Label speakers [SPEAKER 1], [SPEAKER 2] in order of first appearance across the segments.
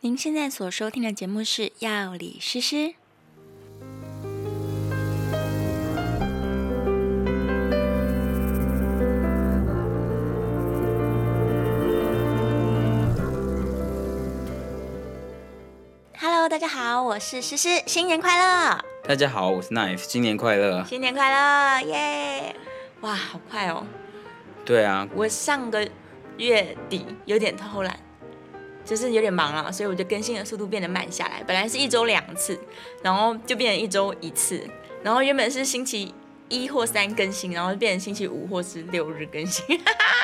[SPEAKER 1] 您现在所收听的节目是《药理诗诗》。Hello，大家好，我是诗诗，新年快乐！
[SPEAKER 2] 大家好，我是 Knife，新年快乐！
[SPEAKER 1] 新年快乐，耶！哇，好快哦！
[SPEAKER 2] 对啊，
[SPEAKER 1] 我上个月底有点偷懒，就是有点忙了，所以我就更新的速度变得慢下来。本来是一周两次，然后就变成一周一次，然后原本是星期一或三更新，然后变成星期五或是六日更新，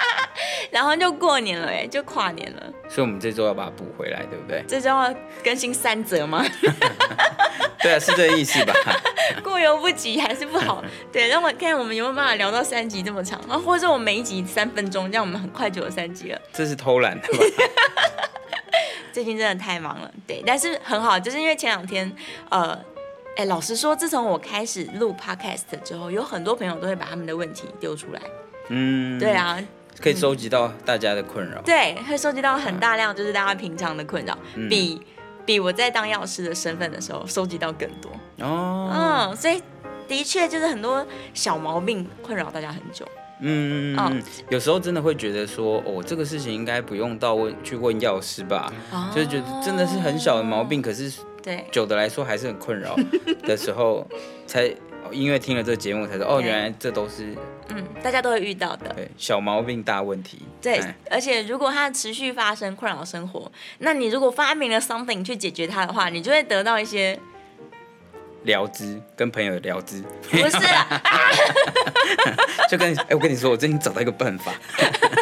[SPEAKER 1] 然后就过年了哎，就跨年了。？
[SPEAKER 2] 所以我们这周要把它补回来，对不对
[SPEAKER 1] 这周要更新三则吗？
[SPEAKER 2] 对啊，是这个意思吧？
[SPEAKER 1] 过犹不及还是不好。对，让我看我们有没有办法聊到三集这么长，啊，或者我们每一集三分钟，这样我们很快就有三集了。
[SPEAKER 2] 这是偷懒的吧？
[SPEAKER 1] 最近真的太忙了，对，但是很好，就是因为前两天，呃，哎，老实说，自从我开始录 podcast 之后，有很多朋友都会把他们的问题丢出来，
[SPEAKER 2] 嗯，
[SPEAKER 1] 对，啊，
[SPEAKER 2] 可以收集到大家的困扰。
[SPEAKER 1] 对，会收集到很
[SPEAKER 2] 嗯
[SPEAKER 1] 大量就是大家平常的困扰，比比我在当药师的身份的时候收集到更多，
[SPEAKER 2] 哦，
[SPEAKER 1] 嗯，所以的确就是很多小毛病困扰大家很久，
[SPEAKER 2] 嗯，
[SPEAKER 1] 嗯
[SPEAKER 2] 有时候真的会觉得说，哦，这个事情应该不用到问去问药师吧，
[SPEAKER 1] 哦
[SPEAKER 2] 就是觉得真的是很小的毛病，可是
[SPEAKER 1] 对，
[SPEAKER 2] 久的来说还是很困扰的时候，才哦因为听了这个节目才说，哦，
[SPEAKER 1] 对
[SPEAKER 2] 原来这都是
[SPEAKER 1] 嗯，大家都会遇到的。
[SPEAKER 2] 对小毛病大问题。
[SPEAKER 1] 对
[SPEAKER 2] 哎，
[SPEAKER 1] 而且如果它持续发生困扰生活，那你如果发明了 something 去解决它的话，你就会得到一些
[SPEAKER 2] 聊资跟朋友聊资。
[SPEAKER 1] 不是啊
[SPEAKER 2] 就跟哎、我跟你说，我最近找到一个办法，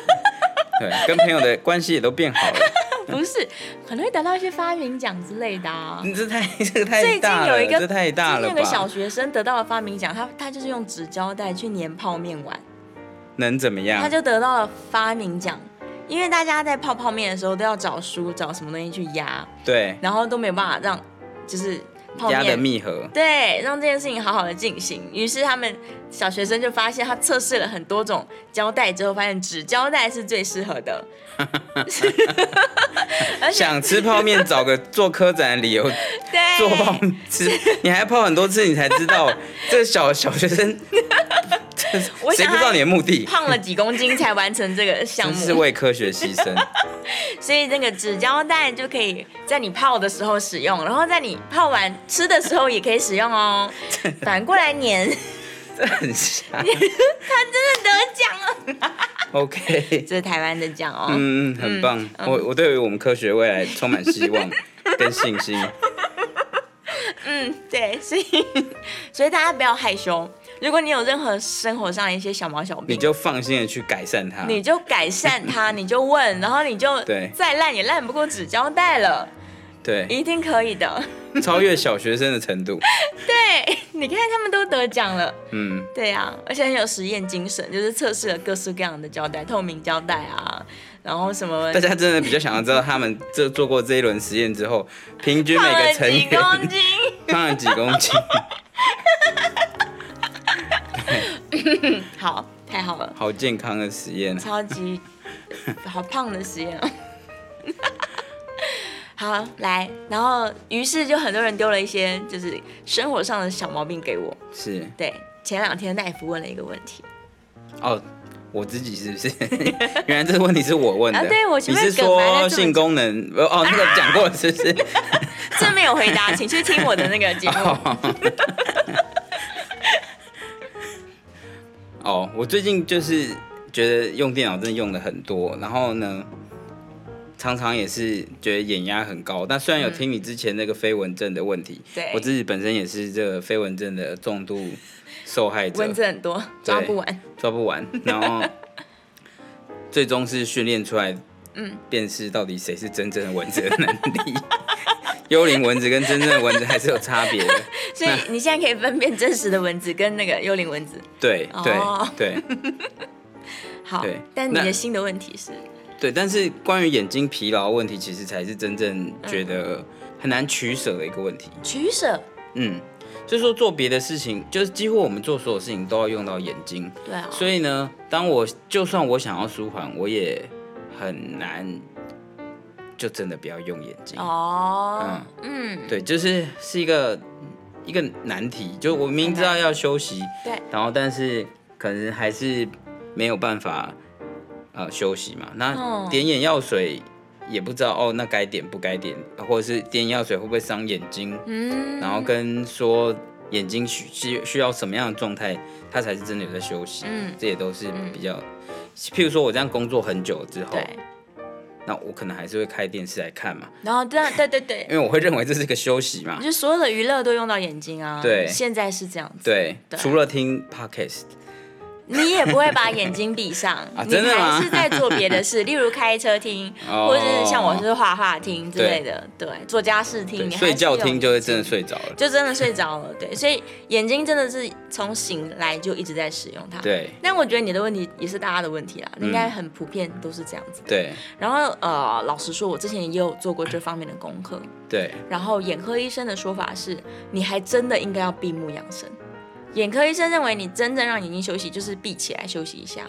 [SPEAKER 2] 对，跟朋友的关系也都变好了。
[SPEAKER 1] 不是，可能会得到一些发明奖之类的啊。
[SPEAKER 2] 你这太这
[SPEAKER 1] 最
[SPEAKER 2] 个太
[SPEAKER 1] 近
[SPEAKER 2] 大
[SPEAKER 1] 有
[SPEAKER 2] 了，
[SPEAKER 1] 一个
[SPEAKER 2] 这太大
[SPEAKER 1] 最
[SPEAKER 2] 了
[SPEAKER 1] 近有个小
[SPEAKER 2] 吧？
[SPEAKER 1] 学生得到了发明奖，他他就是用纸胶带去粘泡面碗，
[SPEAKER 2] 能怎么
[SPEAKER 1] 他
[SPEAKER 2] 样？
[SPEAKER 1] 就得到了发明奖。因为大家在泡泡面的时候都要找书找什么东西去压，
[SPEAKER 2] 对，
[SPEAKER 1] 然后都没有办法让就是泡
[SPEAKER 2] 压的
[SPEAKER 1] 面
[SPEAKER 2] 密合，
[SPEAKER 1] 对，让这件事情好好的进行。于是他们小学生就发现，他测试了很多种胶带之后，发现纸胶带是最适合的。而且
[SPEAKER 2] 想吃泡面找个做科展的理 由
[SPEAKER 1] 对，
[SPEAKER 2] 做泡面吃，你还泡很多次，你才知道这小小学生， 这
[SPEAKER 1] 我
[SPEAKER 2] 谁
[SPEAKER 1] 想
[SPEAKER 2] 不知道
[SPEAKER 1] 他
[SPEAKER 2] 你的目的？
[SPEAKER 1] 胖了几公斤才完成这个项
[SPEAKER 2] 真 是
[SPEAKER 1] 目，
[SPEAKER 2] 为科学牺牲，
[SPEAKER 1] 所以那个纸胶带就可以在你泡的时候使用，然后在你泡完吃的时候也可以使用 哦。反过来粘，
[SPEAKER 2] 这很像。
[SPEAKER 1] 得奖了，
[SPEAKER 2] OK，
[SPEAKER 1] 这是台湾的奖哦。
[SPEAKER 2] 嗯，很棒。我我对于我们科学未来充满希 望跟信心。
[SPEAKER 1] 嗯，对，所以 所以大家不要害羞。如果你有任何生活上的一些小毛小
[SPEAKER 2] 你
[SPEAKER 1] 病，
[SPEAKER 2] 就放心的去改善它。
[SPEAKER 1] 你就改善它，你就问，然后你就
[SPEAKER 2] 对
[SPEAKER 1] 再烂也烂不过纸胶带了，
[SPEAKER 2] 对，
[SPEAKER 1] 一定可以 的。
[SPEAKER 2] 超越小学生的程度。
[SPEAKER 1] 对，你看他们都得奖了，
[SPEAKER 2] 嗯，
[SPEAKER 1] 对啊，而且很有实验精神，就是测试了各式各样的胶带，透明胶带啊，然后什么
[SPEAKER 2] 大家真的比较想要知道他们这做过这一轮实验之后，平均每
[SPEAKER 1] 胖了
[SPEAKER 2] 个成
[SPEAKER 1] 几
[SPEAKER 2] 员
[SPEAKER 1] 公斤，
[SPEAKER 2] 胖了几公斤。
[SPEAKER 1] 好，太好了，
[SPEAKER 2] 好健康的实验啊。
[SPEAKER 1] 超 级好胖的实验 哦。好，来，然后于是就很多人丢了一些就是生活上的小毛病给我。
[SPEAKER 2] 是
[SPEAKER 1] 对，前两天奈夫问了一个问题，
[SPEAKER 2] 哦，我自己是不 是？原来这个问题是我问的。
[SPEAKER 1] 啊对我前
[SPEAKER 2] 你
[SPEAKER 1] 面
[SPEAKER 2] 是
[SPEAKER 1] 梗埋了这
[SPEAKER 2] 说
[SPEAKER 1] 么久
[SPEAKER 2] 性功能？呃哦，那个讲过了是不是？
[SPEAKER 1] 这没有回答，请去听我的那个节
[SPEAKER 2] 啊
[SPEAKER 1] 目。
[SPEAKER 2] 哦，我最近就是觉得用电脑真的用的很多，然后呢，常常也是觉得眼压很高。但虽然有听你之前那个飞蚊症的问题，
[SPEAKER 1] 对
[SPEAKER 2] 我自己本身也是这个飞蚊症的重度受害者
[SPEAKER 1] 蚊，子很多，抓不完。
[SPEAKER 2] 抓不完，然后最终是训练出来，
[SPEAKER 1] 嗯，
[SPEAKER 2] 辨识到底谁是真正的蚊子的能力。 幽灵蚊子跟真正的蚊子还是有差别的。
[SPEAKER 1] 所以你现在可以分辨真实的蚊子跟那个幽灵蚊子。
[SPEAKER 2] 对对、
[SPEAKER 1] 哦
[SPEAKER 2] 对
[SPEAKER 1] 好
[SPEAKER 2] 对，
[SPEAKER 1] 但你的
[SPEAKER 2] 那
[SPEAKER 1] 新的问题是，
[SPEAKER 2] 对，但是关于眼睛疲劳的问题，其实才是真正
[SPEAKER 1] 嗯
[SPEAKER 2] 觉得很难取舍的一个问题。
[SPEAKER 1] 取舍。
[SPEAKER 2] 嗯，就是说做别的事情，就是几乎我们做所有事情都要用到眼睛，
[SPEAKER 1] 对啊，
[SPEAKER 2] 所以呢，当我就算我想要舒缓，我也很难就真的不要用眼睛。
[SPEAKER 1] 哦，嗯，
[SPEAKER 2] 对，就是是一个一个难题，就我明明知道要休息，
[SPEAKER 1] 对，
[SPEAKER 2] 然后但是可能还是没有办法呃休息嘛。那
[SPEAKER 1] 嗯
[SPEAKER 2] 点眼药水也不知道哦，那该点不该点，或者是点眼药水会不会伤眼睛？
[SPEAKER 1] 嗯，
[SPEAKER 2] 然后跟说眼睛需需需要什么样的状态，他才是真的有在休息。
[SPEAKER 1] 嗯
[SPEAKER 2] 这也都是比较，譬如说我这样工作很久之后，
[SPEAKER 1] 对，
[SPEAKER 2] 那我可能还是会开电视来看嘛，
[SPEAKER 1] 然后对啊对对对，
[SPEAKER 2] 因为我会认为这是一个休息嘛。
[SPEAKER 1] 就所有的娱乐都用到眼睛啊。
[SPEAKER 2] 对
[SPEAKER 1] 现在是这样子。
[SPEAKER 2] 对，
[SPEAKER 1] 对啊
[SPEAKER 2] 除了听 podcast，
[SPEAKER 1] 你也不会把眼睛闭上，
[SPEAKER 2] 啊
[SPEAKER 1] 你
[SPEAKER 2] 真的吗
[SPEAKER 1] 还是在做别的事，例如开车听，
[SPEAKER 2] 哦
[SPEAKER 1] 或者是像我是画画听之类的，对，做家事听，
[SPEAKER 2] 对，
[SPEAKER 1] 你还是
[SPEAKER 2] 睡觉
[SPEAKER 1] 有
[SPEAKER 2] 听就会真的睡着了。
[SPEAKER 1] 就真的睡着了，对，所以眼睛真的是从醒来就一直在使用它。，
[SPEAKER 2] 对嗯
[SPEAKER 1] 但我觉得你的问题也是大家的问题啦，应该很普遍都是这样子。
[SPEAKER 2] 对
[SPEAKER 1] 然后呃，老实说，我之前也有做过这方面的功课，
[SPEAKER 2] 对，
[SPEAKER 1] 然后眼科医生的说法是，你还真的应该要闭目养神。眼科医生认为，你真正让眼睛休息就是闭起来休息一下，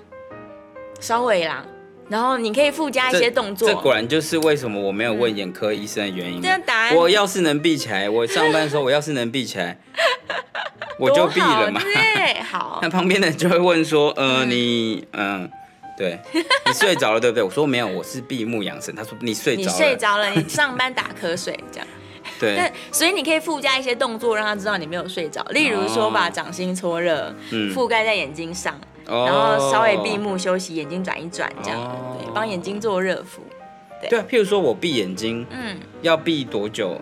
[SPEAKER 1] 稍微啦。然后你可以附加一些动
[SPEAKER 2] 这果
[SPEAKER 1] 作，嗯
[SPEAKER 2] 然就是为什么我没有问眼科医生的原因。啊
[SPEAKER 1] 这样答案
[SPEAKER 2] 我要是能闭起来，我上班的时候我要是能闭 起来，我就
[SPEAKER 1] 多
[SPEAKER 2] 闭
[SPEAKER 1] 好，
[SPEAKER 2] 了嘛。
[SPEAKER 1] 对，好
[SPEAKER 2] 那，旁边的人就会问说，呃，你，嗯、对，你睡着了对不对？我说没有，我是闭目养神。他说你睡
[SPEAKER 1] 你
[SPEAKER 2] 着了，
[SPEAKER 1] 睡着了，你上班打瞌睡这样。
[SPEAKER 2] 对
[SPEAKER 1] 但所以你可以附加一些动作，让他知道你没有睡着，例如说把掌心搓热，
[SPEAKER 2] 哦嗯
[SPEAKER 1] 覆盖在眼睛上，
[SPEAKER 2] 哦
[SPEAKER 1] 然后稍微闭目休息，眼睛转一转这样，
[SPEAKER 2] 哦
[SPEAKER 1] 对，帮眼睛做热敷，
[SPEAKER 2] 对啊，譬如说我闭眼睛
[SPEAKER 1] 嗯，
[SPEAKER 2] 要闭多久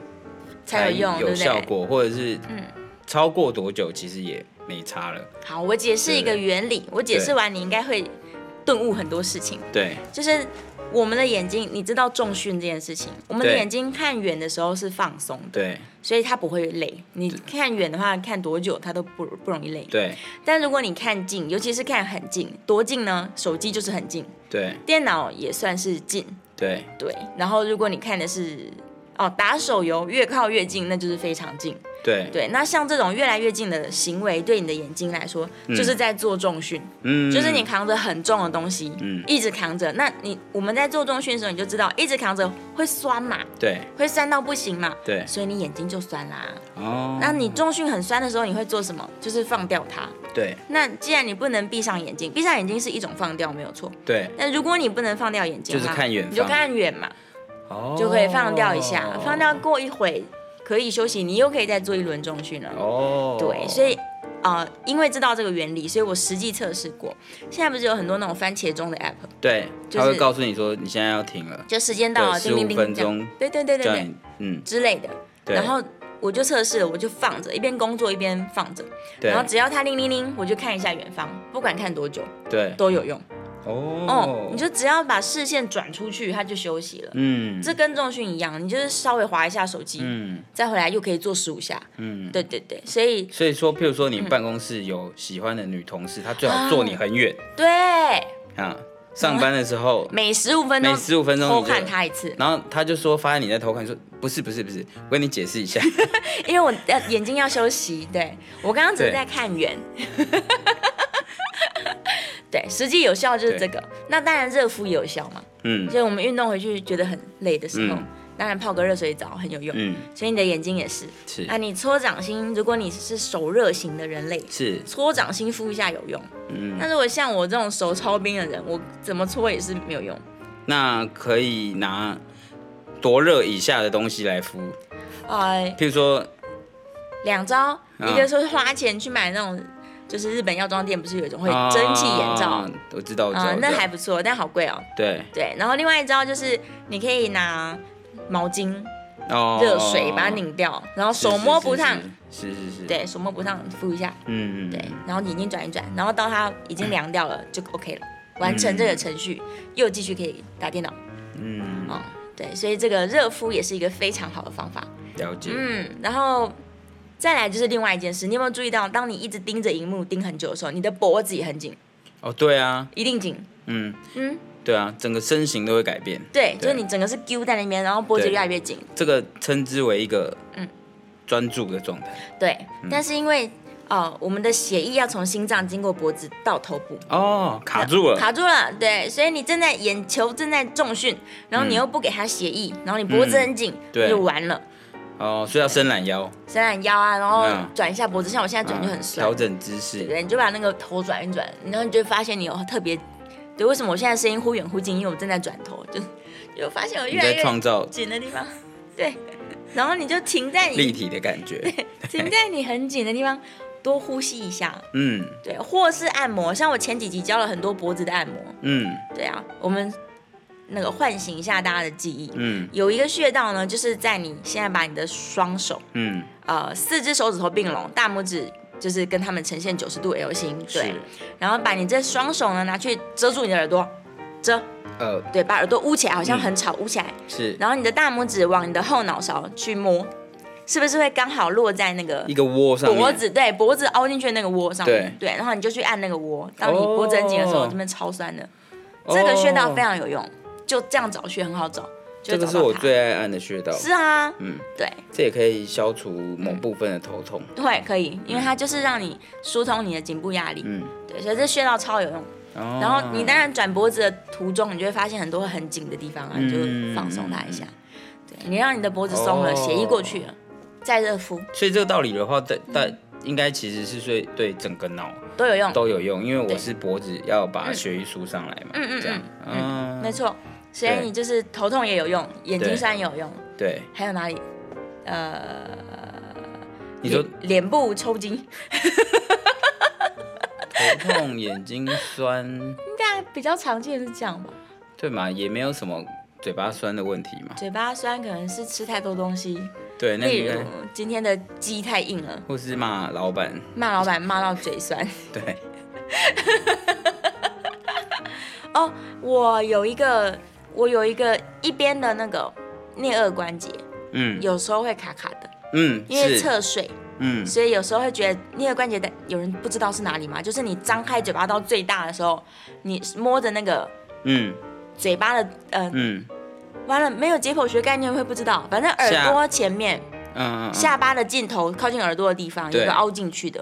[SPEAKER 1] 才有用，对
[SPEAKER 2] 有
[SPEAKER 1] 不
[SPEAKER 2] 效
[SPEAKER 1] 对？
[SPEAKER 2] 果，或者是
[SPEAKER 1] 嗯
[SPEAKER 2] 超过多久其实也没差了。
[SPEAKER 1] 好，我解释一个
[SPEAKER 2] 对
[SPEAKER 1] 原理，我解释完你应该会顿悟很多事情，
[SPEAKER 2] 对
[SPEAKER 1] 就是。我们的眼睛，你知道重训这件事情，我们的
[SPEAKER 2] 对
[SPEAKER 1] 眼睛看远的时候是放松的，
[SPEAKER 2] 对
[SPEAKER 1] 所以它不会累。你看远的话，看多久它都不不容易累。
[SPEAKER 2] 对
[SPEAKER 1] 但如果你看近，尤其是看很近，多近呢？手机就是很近，
[SPEAKER 2] 对
[SPEAKER 1] 电脑也算是近，
[SPEAKER 2] 对
[SPEAKER 1] 对。然后如果你看的是哦打手游，越靠越近，那就是非常近，
[SPEAKER 2] 对，
[SPEAKER 1] 对。那像这种越来越近的行为，对你的眼睛来说，就是在做重训，
[SPEAKER 2] 嗯，
[SPEAKER 1] 就是你扛着很重的东西，
[SPEAKER 2] 嗯
[SPEAKER 1] 一直扛着。那你我们在做重训的时候，你就知道一直扛着会酸嘛，
[SPEAKER 2] 对
[SPEAKER 1] 会酸到不行嘛，
[SPEAKER 2] 对
[SPEAKER 1] 所以你眼睛就酸啦。
[SPEAKER 2] 哦，
[SPEAKER 1] 那你重训很酸的时候，你会做什么？就是放掉它。
[SPEAKER 2] 对
[SPEAKER 1] 那既然你不能闭上眼睛，闭上眼睛是一种放掉，没有错。
[SPEAKER 2] 对
[SPEAKER 1] 但如果你不能放掉眼睛的话，
[SPEAKER 2] 就是看远方
[SPEAKER 1] 你就看远嘛，
[SPEAKER 2] 哦，
[SPEAKER 1] 就可以放掉一下，放掉过一会可以休息，你又可以再做一轮重训了。
[SPEAKER 2] 哦，
[SPEAKER 1] 对，所以呃，因为知道这个原理，所以我实际测试过。现在不是有很多那种番茄钟的 app，
[SPEAKER 2] 对
[SPEAKER 1] 就是
[SPEAKER 2] 他会告诉你说你现在要停了，
[SPEAKER 1] 就时间到了，
[SPEAKER 2] 对
[SPEAKER 1] 叮叮叮
[SPEAKER 2] 15分
[SPEAKER 1] 这样
[SPEAKER 2] 钟
[SPEAKER 1] 对对对对
[SPEAKER 2] 叫
[SPEAKER 1] 对
[SPEAKER 2] 你嗯
[SPEAKER 1] 之类的。
[SPEAKER 2] 对，
[SPEAKER 1] 然后我就测试了，我就放着，一边工作一边放着，
[SPEAKER 2] 对
[SPEAKER 1] 然后只要它铃铃铃，我就看一下远方，不管看多久
[SPEAKER 2] 对
[SPEAKER 1] 都有用。哦
[SPEAKER 2] 哦，，
[SPEAKER 1] 你就只要把视线转出去，它就休息了。
[SPEAKER 2] 嗯
[SPEAKER 1] 这跟重训一样，你就是稍微划一下手机，
[SPEAKER 2] 嗯
[SPEAKER 1] 再回来又可以做十五下。
[SPEAKER 2] 嗯。
[SPEAKER 1] 对对对，所以
[SPEAKER 2] 所以说，譬如说
[SPEAKER 1] 嗯
[SPEAKER 2] 你办公室有喜欢的女同事，她最好坐你
[SPEAKER 1] 哦
[SPEAKER 2] 很远
[SPEAKER 1] 对
[SPEAKER 2] 啊。上班的时候，
[SPEAKER 1] 每十五分钟，
[SPEAKER 2] 每15分钟
[SPEAKER 1] 偷
[SPEAKER 2] 你就
[SPEAKER 1] 看他一次，
[SPEAKER 2] 然后她就说发现你在偷看，说不是不是不是，我跟你解释一下，
[SPEAKER 1] 因为我呃眼睛要休息。对我刚刚只是
[SPEAKER 2] 对
[SPEAKER 1] 在看远。 对，实际有效就是这个。那当然热敷也有效嘛，
[SPEAKER 2] 嗯
[SPEAKER 1] 所以我们运动回去觉得很累的时候，
[SPEAKER 2] 嗯
[SPEAKER 1] 当然泡个热水澡很有用。
[SPEAKER 2] 嗯，
[SPEAKER 1] 所以你的眼睛也是。
[SPEAKER 2] 是
[SPEAKER 1] 那你搓掌心，如果你是手热型的人类，
[SPEAKER 2] 是，
[SPEAKER 1] 搓掌心敷一下有用。
[SPEAKER 2] 嗯，
[SPEAKER 1] 但是我像我这种手超冰的人，我怎么搓也是没有用。
[SPEAKER 2] 那可以拿多热以下的东西来敷，
[SPEAKER 1] 呃，
[SPEAKER 2] 譬如说，
[SPEAKER 1] 两招，
[SPEAKER 2] 嗯
[SPEAKER 1] 一个说花钱去买那种，就是日本药妆店不是有一种会蒸汽眼罩
[SPEAKER 2] 啊，我知道，我知道，
[SPEAKER 1] 啊、
[SPEAKER 2] 我知道
[SPEAKER 1] 那还不错，但好贵哦。
[SPEAKER 2] 对
[SPEAKER 1] 对，然后另外一招就是你可以拿毛巾、
[SPEAKER 2] 哦，
[SPEAKER 1] 热水把它拧掉，然后
[SPEAKER 2] 是
[SPEAKER 1] 手摸不烫，，
[SPEAKER 2] 是是是是是，是，
[SPEAKER 1] 对手摸不烫敷一下，
[SPEAKER 2] 嗯嗯，嗯
[SPEAKER 1] 对，然后眼睛转一转，然后到它已经凉掉了就 OK 了，完成这个程序，又继续可以打电脑。
[SPEAKER 2] 嗯，
[SPEAKER 1] 哦，对，所以这个热敷也是一个非常好的方法。
[SPEAKER 2] 了解，
[SPEAKER 1] 嗯，然后再来就是另外一件事，你有没有注意到，当你一直盯着荧幕盯很久的时候，你的脖子也很紧，
[SPEAKER 2] 哦，对啊，
[SPEAKER 1] 一定紧。
[SPEAKER 2] 嗯
[SPEAKER 1] 嗯，
[SPEAKER 2] 对啊，整个身形都会改变，
[SPEAKER 1] 对，就
[SPEAKER 2] 对
[SPEAKER 1] 是你整个是揪在那边，然后脖子
[SPEAKER 2] 对
[SPEAKER 1] 越来越紧。
[SPEAKER 2] 这个称之为一个
[SPEAKER 1] 嗯
[SPEAKER 2] 专注的状态。
[SPEAKER 1] 对，但是因为哦，我们的血液要从心脏经过脖子到头部，
[SPEAKER 2] 哦，卡住了，
[SPEAKER 1] 卡住了，对，所以你正在眼球正在重训，然后你又不给他血液，然后你脖子很紧，
[SPEAKER 2] 嗯对
[SPEAKER 1] 就完了。
[SPEAKER 2] 哦，所以要伸懒腰，
[SPEAKER 1] 伸懒腰啊，然后
[SPEAKER 2] 嗯
[SPEAKER 1] 转一下脖子，像我现在转就很
[SPEAKER 2] 嗯
[SPEAKER 1] 酸，
[SPEAKER 2] 调整姿
[SPEAKER 1] 对
[SPEAKER 2] 势，
[SPEAKER 1] 对，你就把那个头转一转，然后你就会发现你有特别，对，为什么我现在声音忽远忽近？因为我正在转头，就就发现我
[SPEAKER 2] 你
[SPEAKER 1] 越来
[SPEAKER 2] 在
[SPEAKER 1] 越
[SPEAKER 2] 创造
[SPEAKER 1] 紧的地方，对，然后你就停在
[SPEAKER 2] 立
[SPEAKER 1] 你
[SPEAKER 2] 体的感觉，
[SPEAKER 1] 停在你很紧的地方，多呼吸一下，
[SPEAKER 2] 嗯
[SPEAKER 1] 对，或是按摩，像我前几集教了很多脖子的按摩，
[SPEAKER 2] 嗯
[SPEAKER 1] 对啊，我们那个唤醒一下大家的记忆。
[SPEAKER 2] 嗯
[SPEAKER 1] 有一个穴道呢，就是在你现在把你的双手，
[SPEAKER 2] 嗯，
[SPEAKER 1] 呃，四只手指头并拢，大拇指就是跟它们呈现九十度 L 型，对
[SPEAKER 2] 是，，
[SPEAKER 1] 然后把你这双手呢拿去遮住你的耳朵，遮，
[SPEAKER 2] 呃，
[SPEAKER 1] 对，把耳朵捂起来，好像很吵，捂起来，
[SPEAKER 2] 是
[SPEAKER 1] 然后你的大拇指往你的后脑勺去摸，是不是会刚好落在那个
[SPEAKER 2] 一个窝上面，
[SPEAKER 1] 脖子对脖子凹进去的那个窝上面，对，然后你就去按那个窝，当你脖子很紧的时候，
[SPEAKER 2] 哦
[SPEAKER 1] 这边超酸的，
[SPEAKER 2] 哦
[SPEAKER 1] 这个穴道非常有用，就这样找穴很好找，就会
[SPEAKER 2] 这个
[SPEAKER 1] 找
[SPEAKER 2] 是
[SPEAKER 1] 到
[SPEAKER 2] 我
[SPEAKER 1] 它
[SPEAKER 2] 最爱按的穴道，
[SPEAKER 1] 是嗯啊，
[SPEAKER 2] 嗯，
[SPEAKER 1] 对
[SPEAKER 2] 这也可以消除某部分的头痛，
[SPEAKER 1] 对可以，因为它就是让你疏通你的颈部压力，
[SPEAKER 2] 嗯，哦
[SPEAKER 1] 对，所以这穴道超有用。
[SPEAKER 2] 然
[SPEAKER 1] 然后你当然转脖子的途中，你就会发现很多很紧的地方啊，你就放松它一下，对你让你的脖子松了，
[SPEAKER 2] 嗯哦
[SPEAKER 1] 血液过去了，再热敷
[SPEAKER 2] 所以这个道理的话，
[SPEAKER 1] 嗯
[SPEAKER 2] 对但应该其实是对对整个脑
[SPEAKER 1] 都有用，
[SPEAKER 2] 都有用，因为
[SPEAKER 1] 嗯对
[SPEAKER 2] 我是脖子要把血液输上来嘛，
[SPEAKER 1] 嗯嗯
[SPEAKER 2] 这样，嗯，
[SPEAKER 1] 没错。所以
[SPEAKER 2] 对
[SPEAKER 1] 你就是头痛也有用，眼睛
[SPEAKER 2] 对
[SPEAKER 1] 酸也有用，
[SPEAKER 2] 对，
[SPEAKER 1] 还有哪里？
[SPEAKER 2] 你说
[SPEAKER 1] 脸脸部抽筋， 应
[SPEAKER 2] 头痛、眼睛酸，
[SPEAKER 1] 该比较常见是这样吧？
[SPEAKER 2] 对嘛，也没有什么嘴巴酸的问题嘛，
[SPEAKER 1] 嘴巴酸可能是吃太多东西，
[SPEAKER 2] 对，那
[SPEAKER 1] 例
[SPEAKER 2] 应
[SPEAKER 1] 如
[SPEAKER 2] 该
[SPEAKER 1] 今天的鸡太硬了，
[SPEAKER 2] 或是骂老板，
[SPEAKER 1] 骂老板骂到嘴酸。
[SPEAKER 2] 对，
[SPEAKER 1] 哦，我有一个，我有一个一边的那个颞颌关节，
[SPEAKER 2] 嗯
[SPEAKER 1] 有时候会卡卡的，
[SPEAKER 2] 嗯，
[SPEAKER 1] 因为
[SPEAKER 2] 是
[SPEAKER 1] 侧睡，
[SPEAKER 2] 嗯
[SPEAKER 1] 所以有时候会觉得颞颌关节的有人不知道是哪里嘛，就是你张开嘴巴到最大的时候，你摸着那个
[SPEAKER 2] 嗯
[SPEAKER 1] 嘴巴的，呃，
[SPEAKER 2] 嗯
[SPEAKER 1] 完了没有解剖学概念会不知道，反正耳朵前面
[SPEAKER 2] 嗯嗯，嗯
[SPEAKER 1] 下巴的尽头靠近耳朵的地方有
[SPEAKER 2] 对
[SPEAKER 1] 一个凹进去的，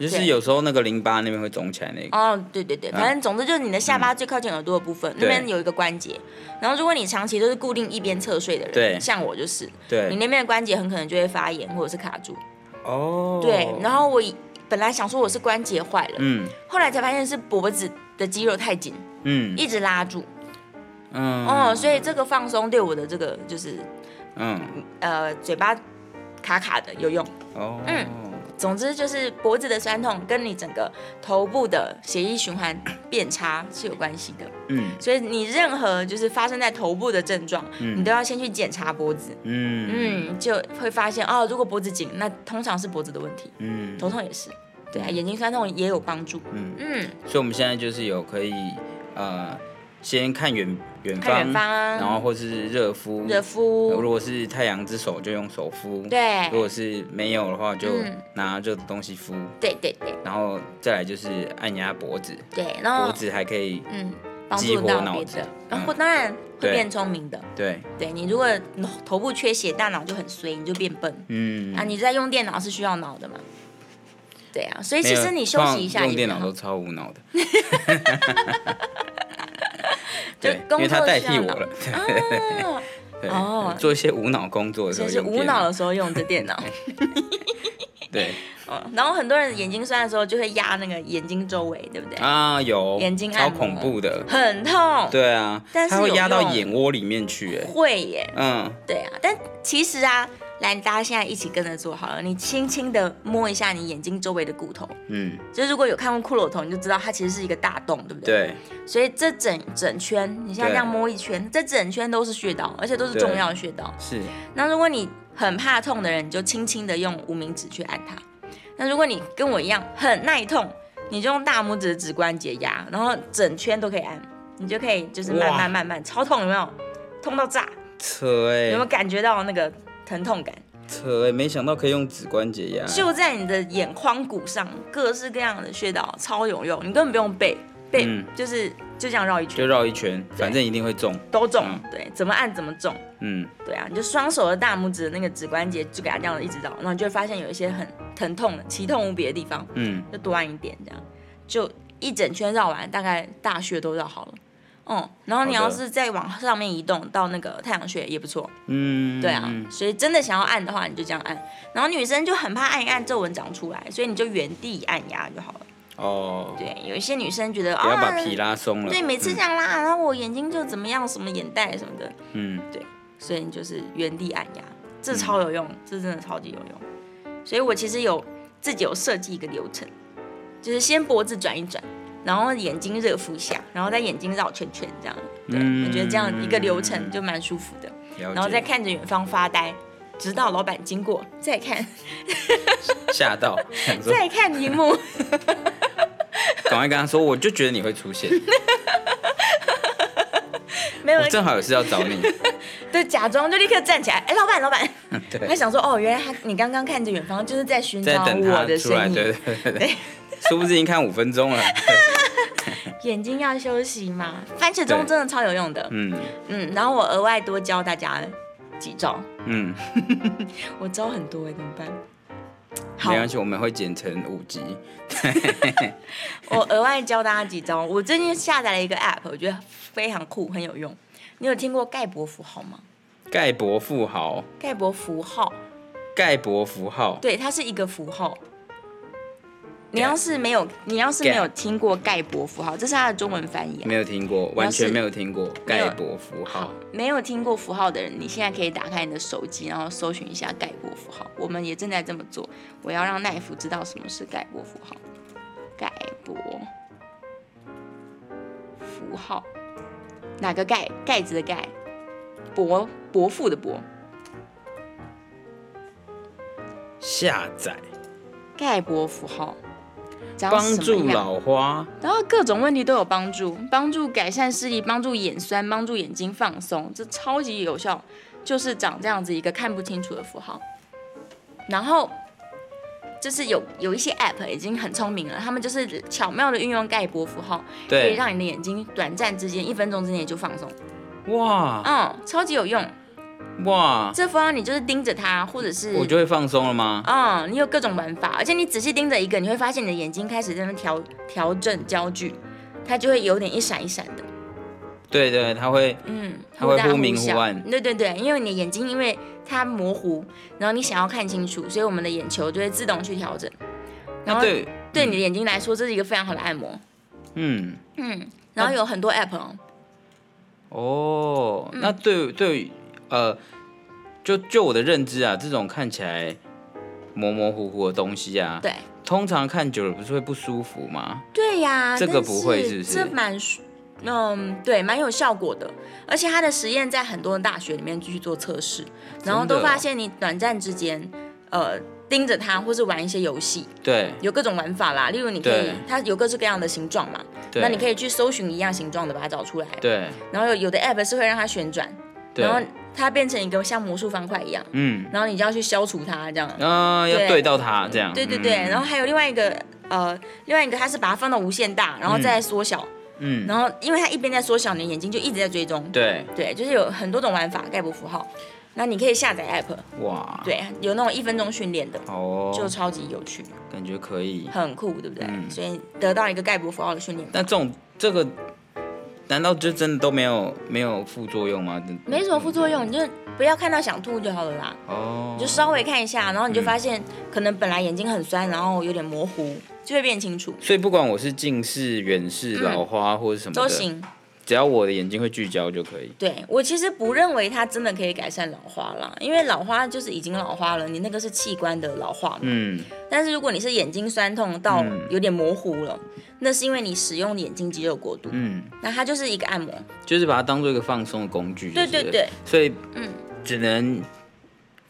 [SPEAKER 2] 就是
[SPEAKER 1] 对
[SPEAKER 2] 有时候那个淋巴那边会肿起来那个，
[SPEAKER 1] 哦，对对
[SPEAKER 2] 嗯
[SPEAKER 1] 对，反正总之就是你的下巴最靠近耳朵的部分，那边有一个关节。然后如果你长期都是固定一边侧睡的人，
[SPEAKER 2] 对
[SPEAKER 1] 像我就是，你
[SPEAKER 2] 对，
[SPEAKER 1] 那边的关节很可能就会发炎或者是卡住。
[SPEAKER 2] 哦，
[SPEAKER 1] 对，然后我以本来想说我是关节坏了，
[SPEAKER 2] 嗯
[SPEAKER 1] 后来才发现是脖子的肌肉太紧，
[SPEAKER 2] 嗯
[SPEAKER 1] 一直拉住。
[SPEAKER 2] 嗯
[SPEAKER 1] 哦，所以这个放松对我的这个就是
[SPEAKER 2] 嗯
[SPEAKER 1] 呃嘴巴卡卡的有用。
[SPEAKER 2] 哦
[SPEAKER 1] 嗯总之就是脖子的酸痛跟你整个头部的血液循环变差是有关系的。
[SPEAKER 2] 嗯
[SPEAKER 1] 所以你任何就是发生在头部的症状，你都要先去检查脖子，
[SPEAKER 2] 嗯
[SPEAKER 1] 嗯，就会发现哦，如果脖子紧，那通常是脖子的问题，
[SPEAKER 2] 嗯
[SPEAKER 1] 头痛也是，对啊，眼睛酸痛也有帮助，
[SPEAKER 2] 嗯
[SPEAKER 1] 嗯，
[SPEAKER 2] 所以我们现在就是有可以呃，先看远远
[SPEAKER 1] 看远
[SPEAKER 2] 方，
[SPEAKER 1] 方啊
[SPEAKER 2] 然后或是热敷，
[SPEAKER 1] 热敷，
[SPEAKER 2] 如果是太阳之手就用手敷，，
[SPEAKER 1] 对
[SPEAKER 2] 如，果是没有的话就
[SPEAKER 1] 嗯
[SPEAKER 2] 拿这东西敷，
[SPEAKER 1] 对对对
[SPEAKER 2] 然后再来就是按压脖子，
[SPEAKER 1] 对，然
[SPEAKER 2] 脖
[SPEAKER 1] 后
[SPEAKER 2] 子还可以
[SPEAKER 1] 嗯，帮
[SPEAKER 2] 激
[SPEAKER 1] 助
[SPEAKER 2] 活
[SPEAKER 1] 到
[SPEAKER 2] 脑
[SPEAKER 1] 别
[SPEAKER 2] 子
[SPEAKER 1] 的，
[SPEAKER 2] 嗯
[SPEAKER 1] 然后当然会
[SPEAKER 2] 对
[SPEAKER 1] 变聪明的，
[SPEAKER 2] 对，
[SPEAKER 1] 对你如果头部缺血，大脑就很衰，你就变笨
[SPEAKER 2] 嗯，
[SPEAKER 1] 啊，你在用电脑是需要脑的嘛，对啊，所以其
[SPEAKER 2] 没有
[SPEAKER 1] 实你休息一
[SPEAKER 2] 通
[SPEAKER 1] 下
[SPEAKER 2] 常
[SPEAKER 1] 也
[SPEAKER 2] 用电脑
[SPEAKER 1] 蛮好
[SPEAKER 2] 都超 无脑的，
[SPEAKER 1] 就
[SPEAKER 2] 对，因
[SPEAKER 1] 工
[SPEAKER 2] 为他
[SPEAKER 1] 作
[SPEAKER 2] 代
[SPEAKER 1] 需要
[SPEAKER 2] 替我
[SPEAKER 1] 脑
[SPEAKER 2] 了，
[SPEAKER 1] 啊。
[SPEAKER 2] 对，
[SPEAKER 1] 哦
[SPEAKER 2] 做一些无脑工作的时
[SPEAKER 1] 就
[SPEAKER 2] 候
[SPEAKER 1] 是
[SPEAKER 2] 用
[SPEAKER 1] 无
[SPEAKER 2] 电
[SPEAKER 1] 脑
[SPEAKER 2] 脑，
[SPEAKER 1] 的时候用的电脑。
[SPEAKER 2] 对
[SPEAKER 1] 嗯然后很多人眼睛酸的时候就会压那个眼睛周围，对不对？
[SPEAKER 2] 啊，有
[SPEAKER 1] 眼睛
[SPEAKER 2] 超
[SPEAKER 1] 按摩
[SPEAKER 2] 恐怖的，
[SPEAKER 1] 很痛，
[SPEAKER 2] 对啊，
[SPEAKER 1] 但
[SPEAKER 2] 它
[SPEAKER 1] 是
[SPEAKER 2] 会
[SPEAKER 1] 有
[SPEAKER 2] 压到
[SPEAKER 1] 用
[SPEAKER 2] 眼窝里面去，哎，
[SPEAKER 1] 会耶，
[SPEAKER 2] 嗯，
[SPEAKER 1] 对啊。但其实啊，来，大家现在一起跟着做好了，你轻轻的摸一下你眼睛周围的骨头。
[SPEAKER 2] 嗯，
[SPEAKER 1] 就是如果有看过骷髅头，你就知道它其实是一个大洞，对不对？
[SPEAKER 2] 对，
[SPEAKER 1] 对。所以这整整圈，你现在这样摸一圈，这整圈都是穴道，而且都是
[SPEAKER 2] 对
[SPEAKER 1] 重要的穴道。
[SPEAKER 2] 是，
[SPEAKER 1] 那如果你很怕痛的人，你就轻轻的用无名指去按它。那如果你跟我一样很耐痛，你就用大拇指的指关节压，然后整圈都可以按，你就可以就是慢
[SPEAKER 2] 哇
[SPEAKER 1] 慢慢慢超痛，有没有？痛到炸，
[SPEAKER 2] 扯哎、
[SPEAKER 1] 有没有感觉到那个疼痛感？
[SPEAKER 2] 扯哎、没想到可以用指关节压，
[SPEAKER 1] 就在你的眼眶骨上，各式各样的穴道超有用，你根本不用背背，
[SPEAKER 2] 嗯
[SPEAKER 1] 就是就这样绕一圈
[SPEAKER 2] 就绕一圈，反正一定会中。
[SPEAKER 1] 都中，
[SPEAKER 2] 嗯
[SPEAKER 1] 对，怎么按怎么中，
[SPEAKER 2] 嗯，
[SPEAKER 1] 对啊，你就双手的大拇指的那个指关节就给它这样一直绕，然后你就会发现有一些很疼痛的、奇痛无比的地方，
[SPEAKER 2] 嗯，
[SPEAKER 1] 就多按一点这样，就一整圈绕完，大概大穴都绕好了。嗯，然后你
[SPEAKER 2] 好的
[SPEAKER 1] 要是再往上面移动到那个太阳穴也不错，
[SPEAKER 2] 嗯，
[SPEAKER 1] 对啊，所以真的想要按的话，你就这样按。然后女生就很怕按一按皱纹长出来，所以你就原地按压就好了。
[SPEAKER 2] 哦，
[SPEAKER 1] 对，有一些女生觉得
[SPEAKER 2] 不要
[SPEAKER 1] 啊，
[SPEAKER 2] 把皮拉嗯松了。
[SPEAKER 1] 对，每次这样拉，然后我眼睛就怎么样，什么眼袋什么的，
[SPEAKER 2] 嗯，
[SPEAKER 1] 所以你就是原地按压，这超有用，这真的超级有用。所以我其实有自己有设计一个流程，就是先脖子转一转，然后眼睛热敷一下，然后再眼睛绕圈圈这样。对，
[SPEAKER 2] 嗯
[SPEAKER 1] 我觉得这样一个流程就蛮舒服的，
[SPEAKER 2] 嗯，了解。
[SPEAKER 1] 然后再看着远方发呆。直到老板经过，再 看，
[SPEAKER 2] 吓到，想 说
[SPEAKER 1] 再看荧幕，
[SPEAKER 2] 赶快跟他说，我就觉得你会 出现，
[SPEAKER 1] 没有
[SPEAKER 2] 我，正好有事要找 你。
[SPEAKER 1] 对，假装就立刻站起来，哎，老板，老板，
[SPEAKER 2] 对
[SPEAKER 1] 他，想说，哦，原来他你刚刚看着远方，就是在寻
[SPEAKER 2] 在
[SPEAKER 1] 找
[SPEAKER 2] 等他
[SPEAKER 1] 我的
[SPEAKER 2] 出来，
[SPEAKER 1] 身
[SPEAKER 2] 对
[SPEAKER 1] 影，
[SPEAKER 2] 对对对。殊不知已经看五分钟了，
[SPEAKER 1] 眼睛要休息嘛。番茄钟
[SPEAKER 2] 对
[SPEAKER 1] 真的超有用的，
[SPEAKER 2] 嗯
[SPEAKER 1] 嗯，然后我额外多教大家几招，
[SPEAKER 2] 嗯，
[SPEAKER 1] 我招很多哎，怎么办？好
[SPEAKER 2] 没，关系，我们会剪成五集。
[SPEAKER 1] 我额外教大家几招。我最近下载了一个 app，我觉得非常酷，很有用。你有听过盖博符号吗？
[SPEAKER 2] 盖博富豪，
[SPEAKER 1] 盖博符号，
[SPEAKER 2] 盖博符号，
[SPEAKER 1] 对，它是一个符号。你要是没有，你要是没有听过盖博符号，这是它的中文翻译啊、
[SPEAKER 2] 没有听过，完全没有听过
[SPEAKER 1] 没有
[SPEAKER 2] 盖博符号。
[SPEAKER 1] 没有听过符号的人，你现在可以打开你的手机，然后搜寻一下盖波符号。我们也正在这么做。我要让奈夫知道什么是盖波符号。盖波符号，哪个盖？盖子的盖，伯伯父的伯。
[SPEAKER 2] 下载，
[SPEAKER 1] 盖波符号，长
[SPEAKER 2] 帮
[SPEAKER 1] 什
[SPEAKER 2] 助
[SPEAKER 1] 么样？
[SPEAKER 2] 老花，
[SPEAKER 1] 然后各种问题都有帮助，帮助改善视力，帮助眼酸，帮助眼睛放松，这超级有效。就是长这样子一个看不清楚的符号。然后就是有有一些 App 已经很聪明了，他们就是巧妙的运用盖波符号，可以
[SPEAKER 2] 对，
[SPEAKER 1] 让你的眼睛短暂之间一分钟之内就放松。
[SPEAKER 2] 哇
[SPEAKER 1] 嗯，超级有用。
[SPEAKER 2] 哇，
[SPEAKER 1] 这符号你就是盯着它，或者是
[SPEAKER 2] 我就会放松了吗？
[SPEAKER 1] 嗯，你有各种玩法，而且你仔细盯着一个，你会发现你的眼睛开始在那边调调整焦距，它就会有点一闪一闪的，
[SPEAKER 2] 对对，他会，
[SPEAKER 1] 嗯，
[SPEAKER 2] 它会
[SPEAKER 1] 大
[SPEAKER 2] 忽明忽
[SPEAKER 1] 小
[SPEAKER 2] 暗
[SPEAKER 1] 对对对，因为你的眼睛因为它模糊，然后你想要看清楚，所以我们的眼球就会自动去调整。然
[SPEAKER 2] 那
[SPEAKER 1] 后
[SPEAKER 2] 啊对，
[SPEAKER 1] 对你的眼睛来说，这是一个非常好的按摩。
[SPEAKER 2] 嗯，
[SPEAKER 1] 嗯，然后有很多 app 哦，
[SPEAKER 2] 哦，
[SPEAKER 1] 嗯
[SPEAKER 2] 那对对，呃，就就我的认知啊，这种看起来模模糊糊的东西啊，
[SPEAKER 1] 对
[SPEAKER 2] 通常看久了不是会不舒服吗？
[SPEAKER 1] 对呀，
[SPEAKER 2] 这个
[SPEAKER 1] 但
[SPEAKER 2] 不会是不是
[SPEAKER 1] 这蛮舒嗯，对，蛮有效果的，而且它的实验在很多大学里面去做测试，然后
[SPEAKER 2] 真的
[SPEAKER 1] 都
[SPEAKER 2] 哦
[SPEAKER 1] 发现你短暂之间，呃，盯着它或是玩一些游戏，
[SPEAKER 2] 对
[SPEAKER 1] 有各种玩法啦，例如你可以
[SPEAKER 2] 对，
[SPEAKER 1] 它有各式各样的形状嘛，
[SPEAKER 2] 对，
[SPEAKER 1] 那你可以去搜寻一样形状的，把它找出来，
[SPEAKER 2] 对
[SPEAKER 1] 然后有有的 app 是会让它旋转，然后
[SPEAKER 2] 对，
[SPEAKER 1] 它变成一个像魔术方块一样，
[SPEAKER 2] 嗯，
[SPEAKER 1] 然后你就要去消除它这样。
[SPEAKER 2] 啊、要
[SPEAKER 1] 对
[SPEAKER 2] 对到它这样，
[SPEAKER 1] 对对对，
[SPEAKER 2] 嗯
[SPEAKER 1] 然后还有另外一个呃，另外一个它是把它放到无限大，然后再缩小，
[SPEAKER 2] 嗯，
[SPEAKER 1] 然后因为它一边在缩小，你的眼睛就一直在追踪。
[SPEAKER 2] 对，
[SPEAKER 1] 对，就是有很多种玩法，盖博符号。那你可以下载 app，
[SPEAKER 2] 哇，，
[SPEAKER 1] 对，有那种一分钟训练的，
[SPEAKER 2] 哦，
[SPEAKER 1] 就超级有趣，
[SPEAKER 2] 感觉可以。
[SPEAKER 1] 很酷，对不对？
[SPEAKER 2] 嗯
[SPEAKER 1] 所以得到一个盖博符号的训练法
[SPEAKER 2] 那这种这个，难道就真的都没有没有副作用吗？
[SPEAKER 1] 没什么副作用，你就不要看到想吐就好了啦。
[SPEAKER 2] 哦
[SPEAKER 1] 你就，稍微看一下，然后你就发现、可能本来眼睛很酸，然后有点模糊，就会变清楚，
[SPEAKER 2] 所以不管我是近视、远视、老花或者什么
[SPEAKER 1] 嗯
[SPEAKER 2] 的，
[SPEAKER 1] 都行。
[SPEAKER 2] 只要我的眼睛会聚焦就可以。
[SPEAKER 1] 对我其实不认为它真的可以改善老花啦，因为老花就是已经老花了，你那个是器官的老化嘛。
[SPEAKER 2] 嗯，
[SPEAKER 1] 但是如果你是眼睛酸痛到有点模糊了，那是因为你使用眼睛肌肉过度。
[SPEAKER 2] 嗯，
[SPEAKER 1] 那它就是一个按摩，
[SPEAKER 2] 就是把它当做一个放松的工具。
[SPEAKER 1] 对
[SPEAKER 2] 就是
[SPEAKER 1] 对对，嗯
[SPEAKER 2] 所以只能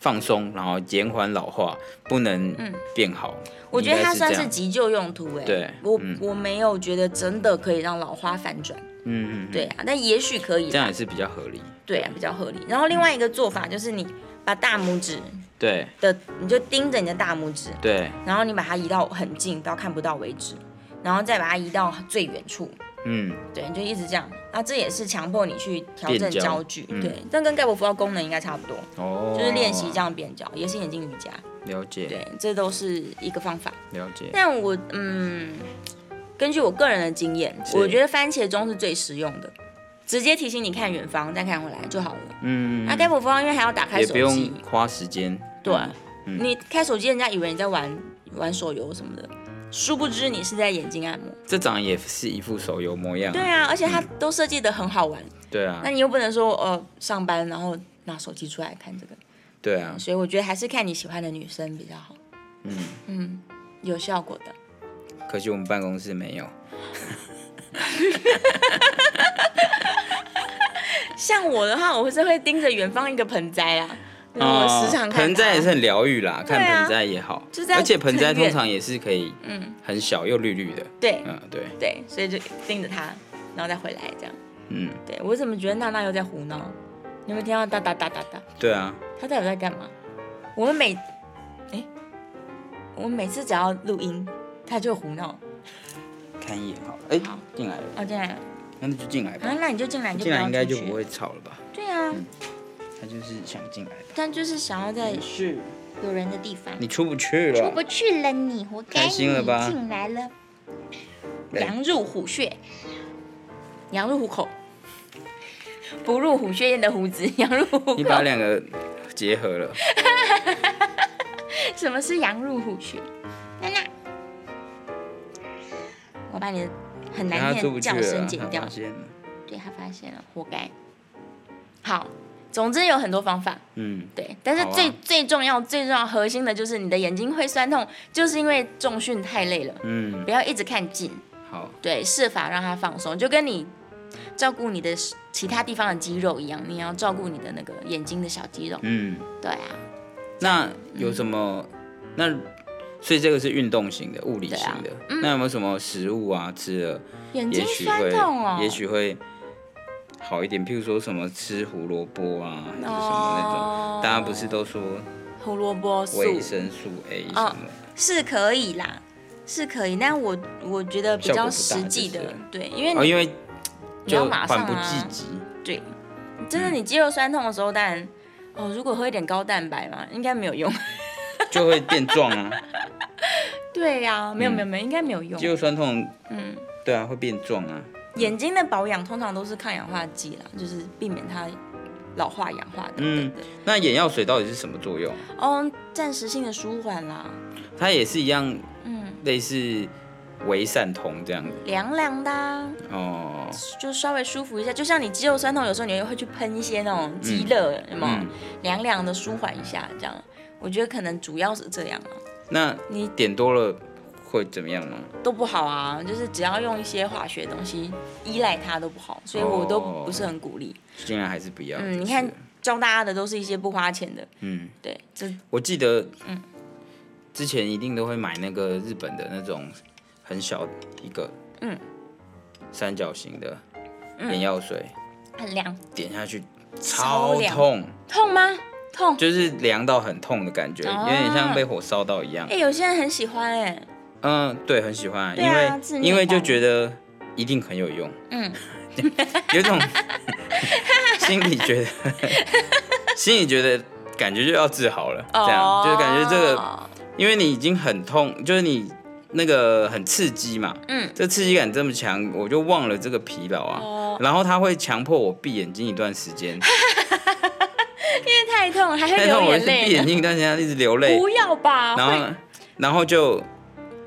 [SPEAKER 2] 放松，然后减缓老化，不能变好。
[SPEAKER 1] 嗯我觉得它算是
[SPEAKER 2] 应该是这样
[SPEAKER 1] 急救用途哎、
[SPEAKER 2] 对
[SPEAKER 1] 我、
[SPEAKER 2] 嗯
[SPEAKER 1] 我没有觉得真的可以让老花反转。
[SPEAKER 2] 嗯嗯，嗯
[SPEAKER 1] 对，啊，但也许可以啦，
[SPEAKER 2] 这样也是比较合理。
[SPEAKER 1] 对啊，比较合理。然后另外一个做法就是你把大拇指
[SPEAKER 2] 对
[SPEAKER 1] 的，你就盯着你的大拇指，
[SPEAKER 2] 对，
[SPEAKER 1] 然后你把它移到很近，到看不到为止，然后再把它移到最远处，
[SPEAKER 2] 嗯，
[SPEAKER 1] 对，你就一直这样。啊，这也是强迫你去调整
[SPEAKER 2] 变焦
[SPEAKER 1] 焦距，
[SPEAKER 2] 嗯
[SPEAKER 1] 对，但跟盖博辅道功能应该差不多，
[SPEAKER 2] 哦，
[SPEAKER 1] 就是练习这样变焦，也是眼睛瑜伽，
[SPEAKER 2] 了解，
[SPEAKER 1] 对，这都是一个方法。
[SPEAKER 2] 了解，
[SPEAKER 1] 但我嗯，根据我个人的经验，
[SPEAKER 2] 是
[SPEAKER 1] 我觉得番茄钟是最实用的，直接提醒你看远方，再看回来就好了。
[SPEAKER 2] 嗯，
[SPEAKER 1] 那盖普方因为还要打开
[SPEAKER 2] 也
[SPEAKER 1] 手
[SPEAKER 2] 不
[SPEAKER 1] 机
[SPEAKER 2] 用，花时间，
[SPEAKER 1] 对，
[SPEAKER 2] 嗯
[SPEAKER 1] 你开手机，人家以为你在玩玩手游什么的，殊不知你是在眼睛按摩。
[SPEAKER 2] 这长得也是一副手游模样，
[SPEAKER 1] 对啊，而且它都设计的很好玩，
[SPEAKER 2] 对啊
[SPEAKER 1] 那，你又不能说呃上班然后拿手机出来看这个，
[SPEAKER 2] 对啊，
[SPEAKER 1] 所以我觉得还是看你喜欢的女生比较好，
[SPEAKER 2] 嗯，
[SPEAKER 1] 嗯，有效果的。
[SPEAKER 2] 可惜我们办公室没有，
[SPEAKER 1] 像我的话，我是会盯着远方一个盆栽啊，我时常看它
[SPEAKER 2] 盆栽也是很疗愈啦，
[SPEAKER 1] 对啊
[SPEAKER 2] 看盆栽也好
[SPEAKER 1] 就，在
[SPEAKER 2] 而且盆栽
[SPEAKER 1] 很远
[SPEAKER 2] 通常也是可以，
[SPEAKER 1] 嗯，
[SPEAKER 2] 很小又绿绿的，
[SPEAKER 1] 对
[SPEAKER 2] 嗯，对，
[SPEAKER 1] 对，所以就盯着它，然后再回来这样。
[SPEAKER 2] 嗯，
[SPEAKER 1] 对我怎么觉得娜娜又在胡闹？你有没有听到哒哒哒哒哒？
[SPEAKER 2] 对啊，
[SPEAKER 1] 她到底在干嘛？我们每，哎，我们每次只要录音，她就胡闹。
[SPEAKER 2] 看一眼好了，哎
[SPEAKER 1] 好，
[SPEAKER 2] 进来了，
[SPEAKER 1] 哦，进来了
[SPEAKER 2] 那就进来
[SPEAKER 1] 啊，
[SPEAKER 2] 吧，
[SPEAKER 1] 那你就进来，你就
[SPEAKER 2] 进来
[SPEAKER 1] 要
[SPEAKER 2] 应该
[SPEAKER 1] 出
[SPEAKER 2] 就
[SPEAKER 1] 去
[SPEAKER 2] 不。会嗯吵了吧？
[SPEAKER 1] 对啊，
[SPEAKER 2] 他就是想进来吧，
[SPEAKER 1] 但就是想要在
[SPEAKER 2] 是，
[SPEAKER 1] 有人的地方。
[SPEAKER 2] 你出不去了，
[SPEAKER 3] 我不去了你，活该
[SPEAKER 2] 开
[SPEAKER 3] 你
[SPEAKER 2] 心了吧
[SPEAKER 3] 进来了，
[SPEAKER 2] 哎
[SPEAKER 1] 羊入虎穴，羊入虎口，不入虎穴焉得虎子？ 羊入虎口
[SPEAKER 2] 你。把两个结合了，
[SPEAKER 1] 什么是羊入虎穴？
[SPEAKER 3] 娜娜，
[SPEAKER 1] 我把你的很
[SPEAKER 2] 然后
[SPEAKER 1] 难
[SPEAKER 2] 他出
[SPEAKER 1] 念
[SPEAKER 2] 不
[SPEAKER 1] 的
[SPEAKER 2] 去
[SPEAKER 1] 叫
[SPEAKER 2] 了，
[SPEAKER 1] 声
[SPEAKER 2] 他
[SPEAKER 1] 剪掉
[SPEAKER 2] 发。现了，
[SPEAKER 1] 对他发现了，活该。好，总之有很多方法，
[SPEAKER 2] 嗯，
[SPEAKER 1] 对，但是
[SPEAKER 2] 好啊
[SPEAKER 1] 最、最重要、最重要核心的就是你的眼睛会酸痛，就是因为重训太累了，
[SPEAKER 2] 嗯
[SPEAKER 1] 不，要一直看近，
[SPEAKER 2] 好，
[SPEAKER 1] 对，设法让它放松，就跟你照顾你的其他地方的肌肉一样，你也要照顾你的那个眼睛的小肌肉，
[SPEAKER 2] 嗯，
[SPEAKER 1] 对啊，
[SPEAKER 2] 那
[SPEAKER 1] 嗯
[SPEAKER 2] 有什么？那所以这个是运动型的、物理型
[SPEAKER 1] 啊
[SPEAKER 2] 的。
[SPEAKER 1] 嗯
[SPEAKER 2] 那有没有什么食物啊吃了，
[SPEAKER 1] 眼睛
[SPEAKER 2] 也许
[SPEAKER 1] 酸
[SPEAKER 2] 会，
[SPEAKER 1] 痛哦，
[SPEAKER 2] 也许会好一点？譬如说什么吃胡萝卜啊，还是什么那种。
[SPEAKER 1] 哦，
[SPEAKER 2] 大家不是都说
[SPEAKER 1] 胡萝卜素
[SPEAKER 2] 维生素 A 什
[SPEAKER 1] 哦
[SPEAKER 2] 么？
[SPEAKER 1] 是可以啦。是可以，但我我觉得比
[SPEAKER 2] 效果
[SPEAKER 1] 较
[SPEAKER 2] 不大
[SPEAKER 1] 实际的
[SPEAKER 2] 就是，
[SPEAKER 1] 对，因为你
[SPEAKER 2] 哦，因为
[SPEAKER 1] 你要
[SPEAKER 2] 就
[SPEAKER 1] 马
[SPEAKER 2] 缓
[SPEAKER 1] 上
[SPEAKER 2] 不济嗯
[SPEAKER 1] 啊，
[SPEAKER 2] 急。
[SPEAKER 1] 对，真的你肌肉酸痛的时候，当然，哦，如果喝一点高蛋白嘛，应该没有用。
[SPEAKER 2] 就会变壮啊，
[SPEAKER 1] 对呀、没有没有
[SPEAKER 2] 嗯
[SPEAKER 1] 没有，应该没有用
[SPEAKER 2] 肌。肉酸痛，
[SPEAKER 1] 嗯，
[SPEAKER 2] 对啊，会变壮啊。
[SPEAKER 1] 眼睛的保养通常都是抗氧化剂啦，就是避免它老化、氧化等等的。
[SPEAKER 2] 那眼药水到底是什么作用？啊
[SPEAKER 1] 哦，暂时性的舒缓啦，
[SPEAKER 2] 它也是一样，
[SPEAKER 1] 嗯，
[SPEAKER 2] 类似维散酮这样子
[SPEAKER 1] 凉凉的啊、
[SPEAKER 2] 哦。
[SPEAKER 1] 就稍微舒服一下。就像你肌肉酸痛，有时候你也会去喷一些那种肌热，有没有
[SPEAKER 2] 嗯，
[SPEAKER 1] 凉凉的舒缓一下，这样。我觉得可能主要是这样啊。
[SPEAKER 2] 那
[SPEAKER 1] 你
[SPEAKER 2] 点多了会怎么样吗？
[SPEAKER 1] 都不好啊，就是只要用一些化学东西依赖它都不好，所以我都
[SPEAKER 2] 哦
[SPEAKER 1] 不是很鼓励。
[SPEAKER 2] 竟然还是不要。
[SPEAKER 1] 嗯，你
[SPEAKER 2] 就是
[SPEAKER 1] 看教大家的都是一些不花钱的，
[SPEAKER 2] 嗯，
[SPEAKER 1] 对，这
[SPEAKER 2] 我记得，
[SPEAKER 1] 嗯
[SPEAKER 2] 之前一定都会买那个日本的那种很小一个，
[SPEAKER 1] 嗯，
[SPEAKER 2] 三角形的眼药水，
[SPEAKER 1] 很凉，
[SPEAKER 2] 点下去
[SPEAKER 1] 超
[SPEAKER 2] 超
[SPEAKER 1] 凉
[SPEAKER 2] 痛，
[SPEAKER 1] 痛吗？痛。
[SPEAKER 2] 就是凉到很痛的感觉，
[SPEAKER 1] 哦
[SPEAKER 2] 有点像被火烧到一样
[SPEAKER 1] 哎、。有些人很喜欢哎、
[SPEAKER 2] 嗯，对，很喜欢，
[SPEAKER 1] 对
[SPEAKER 2] 因为
[SPEAKER 1] 啊自虐
[SPEAKER 2] 因为就
[SPEAKER 1] 感
[SPEAKER 2] 觉得一定很有用。
[SPEAKER 1] 嗯，
[SPEAKER 2] 有一种心里觉得，心里觉得感觉就要治好了，这样就是感觉这个，
[SPEAKER 1] 哦
[SPEAKER 2] 因为你已经很痛，就是你那个很刺激嘛，
[SPEAKER 1] 嗯，
[SPEAKER 2] 这刺激感这么强，我就忘了这个疲劳啊，
[SPEAKER 1] 哦
[SPEAKER 2] 然后它会强迫我闭眼睛一段时间，
[SPEAKER 1] 因为太痛了还会
[SPEAKER 2] 但 是
[SPEAKER 1] 流
[SPEAKER 2] 我
[SPEAKER 1] 眼
[SPEAKER 2] 是闭
[SPEAKER 1] 泪
[SPEAKER 2] 眼
[SPEAKER 1] 呢，
[SPEAKER 2] 睛一段时间一直流泪，
[SPEAKER 1] 不要吧，
[SPEAKER 2] 然后
[SPEAKER 1] 会
[SPEAKER 2] 呢然后就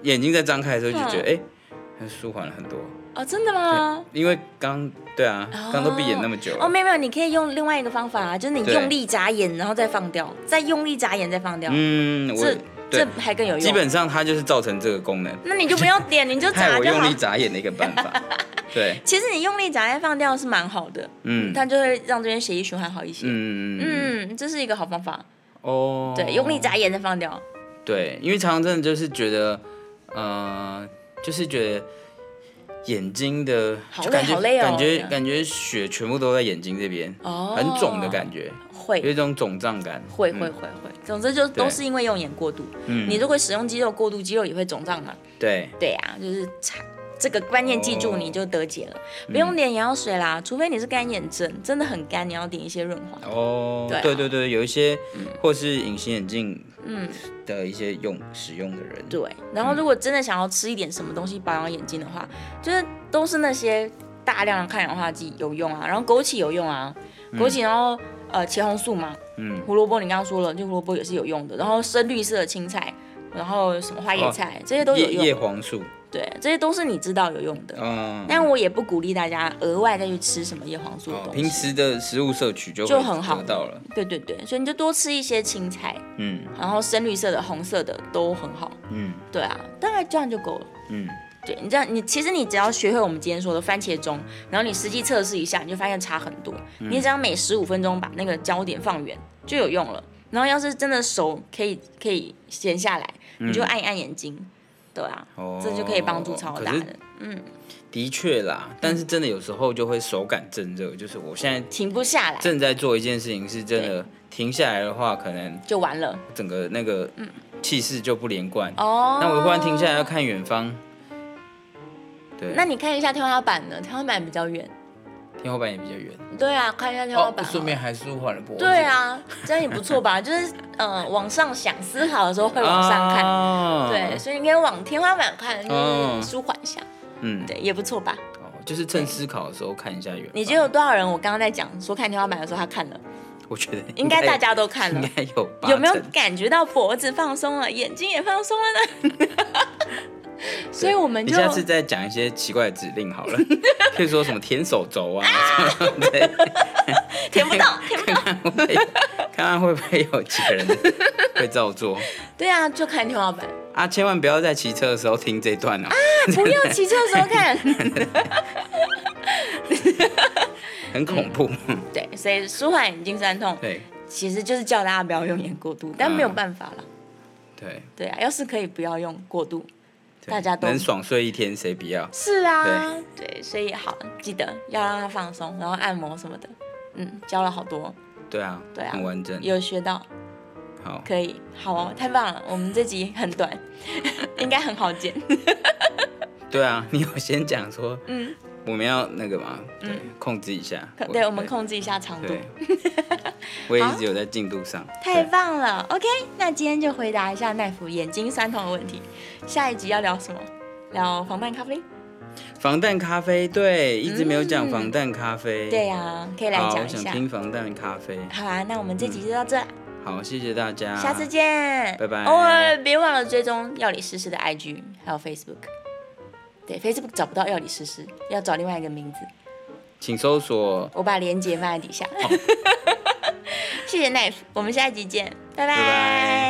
[SPEAKER 2] 眼睛在张开的时候就觉得，哎、
[SPEAKER 1] 嗯
[SPEAKER 2] 舒缓了很多，
[SPEAKER 1] 哦，真的吗？
[SPEAKER 2] 因为刚对啊，刚都闭眼那么久了，
[SPEAKER 1] 哦，没有没有，你可以用另外一个方法啊，就是你
[SPEAKER 2] 对
[SPEAKER 1] 用力眨眼，然后再放掉，再用力眨眼再放掉，
[SPEAKER 2] 嗯，我
[SPEAKER 1] 这
[SPEAKER 2] 对
[SPEAKER 1] 这。还更有用。
[SPEAKER 2] 基本上它就是造成这个 功能，
[SPEAKER 1] 那你就不要点， 你就眨
[SPEAKER 2] 害哎我
[SPEAKER 1] 就
[SPEAKER 2] 用
[SPEAKER 1] 好
[SPEAKER 2] 力。眨眼的一个办法。对，
[SPEAKER 1] 其实你用力眨再放掉是蛮好的，
[SPEAKER 2] 嗯，
[SPEAKER 1] 它就会让这边血液循环好一些。嗯
[SPEAKER 2] 嗯嗯嗯，
[SPEAKER 1] 这是一个好方法。
[SPEAKER 2] 哦，
[SPEAKER 1] 对，用力，眨眼再放掉。
[SPEAKER 2] 对，因为常常真的就是觉得，呃，就是觉得眼睛的，
[SPEAKER 1] 好
[SPEAKER 2] 就
[SPEAKER 1] 累
[SPEAKER 2] 感觉
[SPEAKER 1] 好累哦
[SPEAKER 2] 感
[SPEAKER 1] 这
[SPEAKER 2] 觉
[SPEAKER 1] 样
[SPEAKER 2] 感觉血全部都在眼睛这边，
[SPEAKER 1] 哦，
[SPEAKER 2] 很肿的感觉，有一
[SPEAKER 1] 会
[SPEAKER 2] 种肿胀感，
[SPEAKER 1] 哦会会
[SPEAKER 2] 嗯
[SPEAKER 1] 会，会，总之就
[SPEAKER 2] 对
[SPEAKER 1] 都是因为用眼过度。
[SPEAKER 2] 嗯
[SPEAKER 1] 你如果使用肌肉过度，肌肉也会肿胀嘛。
[SPEAKER 2] 对，
[SPEAKER 1] 对啊，就是差这个观念记住，
[SPEAKER 2] 哦嗯
[SPEAKER 1] 你就得解了。不用点眼药水啦，除非你是干眼症，真的很干，你要点一些润滑。
[SPEAKER 2] 哦，
[SPEAKER 1] 对啊嗯
[SPEAKER 2] 对对对，有一些或是隐形眼镜的一些用使用的人，
[SPEAKER 1] 对，然后如果真的想要吃一点什么东西保养眼睛的话，就是都是那些大量的抗氧化剂有用啊，然后枸杞有用啊，枸杞然后呃茄红素嘛，
[SPEAKER 2] 嗯
[SPEAKER 1] 胡萝卜你刚刚说了，就胡萝卜也是有用的，然后深绿色的青菜，然后什么花椰菜、这些都有
[SPEAKER 2] 哦叶叶
[SPEAKER 1] 用，
[SPEAKER 2] 黄素，
[SPEAKER 1] 对，这些都是你知道有用的。
[SPEAKER 2] 嗯，
[SPEAKER 1] 但我也不鼓励大家额外再去吃什么叶黄素的
[SPEAKER 2] 哦
[SPEAKER 1] 东西，
[SPEAKER 2] 平时的食物摄取就
[SPEAKER 1] 就
[SPEAKER 2] 会
[SPEAKER 1] 很好
[SPEAKER 2] 得到了，
[SPEAKER 1] 对对对，所以你就多吃一些青菜，
[SPEAKER 2] 嗯
[SPEAKER 1] 然后深绿色的、红色的都很好。
[SPEAKER 2] 嗯
[SPEAKER 1] 对啊，大概这样就够了。
[SPEAKER 2] 嗯，
[SPEAKER 1] 对你这样，你其实你只要学会我们今天说的番茄钟，然后你实际测试一下，你就发现差很多。
[SPEAKER 2] 嗯
[SPEAKER 1] 你只要每十五分钟把那个焦点放远就有用了。然后要是真的手可以可以闲下来，你就按一按眼睛，对啊，
[SPEAKER 2] 嗯哦
[SPEAKER 1] 这就可以帮助超大
[SPEAKER 2] 可
[SPEAKER 1] 的
[SPEAKER 2] 是。的确
[SPEAKER 1] 嗯
[SPEAKER 2] 啦，但是真的有时候就会手感震热，就是我现在
[SPEAKER 1] 停不下来
[SPEAKER 2] 正在做一件事情，是真的停下来的话，可能
[SPEAKER 1] 就完了
[SPEAKER 2] 整个那个气势就不连贯。
[SPEAKER 1] 嗯哦。
[SPEAKER 2] 那我忽然停下来要看远方，对，
[SPEAKER 1] 那你看一下天花板呢？天花板比较远。
[SPEAKER 2] 天花板也比较远。哦
[SPEAKER 1] 对啊，看一下天花板好了。
[SPEAKER 4] 顺便还舒缓了脖子。
[SPEAKER 1] 对，啊，这样也不错吧？就是呃，往上想思考的时候会往上看，
[SPEAKER 2] 啊
[SPEAKER 1] 对，，所以你可以往天花板看，就
[SPEAKER 2] 哦
[SPEAKER 1] 是舒缓一下，
[SPEAKER 2] 嗯，
[SPEAKER 1] 对，也不错吧？
[SPEAKER 2] 哦，就是趁思考的时候看一下远方。
[SPEAKER 1] 你觉得有多少人？我刚刚在讲说看天花板的时候，他看了，
[SPEAKER 2] 我觉得
[SPEAKER 1] 应该大家都看
[SPEAKER 2] 应
[SPEAKER 1] 了。
[SPEAKER 2] 该有八成
[SPEAKER 1] 有没有感觉到脖子放松了，眼睛也放松了呢？ 所以我们
[SPEAKER 2] 你
[SPEAKER 1] 就
[SPEAKER 2] 下 次再讲一些奇怪的指令好了，譬如说什么舔手肘啊，什么之类的
[SPEAKER 1] 填不到，填不到。
[SPEAKER 2] 会不会看看会不会有几 个人会照做
[SPEAKER 1] 对啊，就看天花 板，
[SPEAKER 2] 啊！千万不要在骑车的时候听这段哦。
[SPEAKER 1] 啊不要骑车的时候 看。
[SPEAKER 2] 很恐怖。
[SPEAKER 1] 对，所以舒缓眼睛酸痛，
[SPEAKER 2] 对
[SPEAKER 1] 其实就是叫大家不要用眼过度，但没有
[SPEAKER 2] 嗯
[SPEAKER 1] 办法了。
[SPEAKER 2] 对，
[SPEAKER 1] 对啊，要是可以不要用过度，
[SPEAKER 2] 对
[SPEAKER 1] 大家都
[SPEAKER 2] 能爽睡一天，谁不要？
[SPEAKER 1] 是啊，对，所以好，记得要让它放松，然后按摩什么的，嗯，教了好多，
[SPEAKER 2] 对啊，
[SPEAKER 1] 对啊
[SPEAKER 2] 很完整。
[SPEAKER 1] 有学到，
[SPEAKER 2] 好，
[SPEAKER 1] 可以，好哦，太棒了，我们这集很短， 应该很好 剪，
[SPEAKER 2] 对啊，你有先讲说，嗯，我们要那个嘛，对，控制一下
[SPEAKER 1] 嗯可。对，我们控制一下长度
[SPEAKER 2] 对，， 我也一直有在进度上。
[SPEAKER 1] 太
[SPEAKER 2] 对
[SPEAKER 1] 棒了，OK，那今天就回答一下奈夫眼睛酸痛的问题，下一集要聊什么？聊防弹咖啡？
[SPEAKER 2] 防弹咖啡，对，一直没有讲防弹咖啡。
[SPEAKER 1] 嗯对呀、啊可以来
[SPEAKER 2] 好，
[SPEAKER 1] 讲
[SPEAKER 2] 我
[SPEAKER 1] 一
[SPEAKER 2] 想
[SPEAKER 1] 下。
[SPEAKER 2] 听防弹咖啡。
[SPEAKER 1] 好啊，那我们这集就到这啦。
[SPEAKER 2] 好，谢谢大家，
[SPEAKER 1] 下次见，
[SPEAKER 2] 啊拜拜
[SPEAKER 1] 偶尔别忘了追踪药理诗诗的 IG 还有 Facebook。对，Facebook 找不到药理诗诗，要找另外一个名字。
[SPEAKER 2] 请搜索，
[SPEAKER 1] 我把 链接放在底下。谢谢 Knife，我们下一集见，拜
[SPEAKER 2] 拜拜。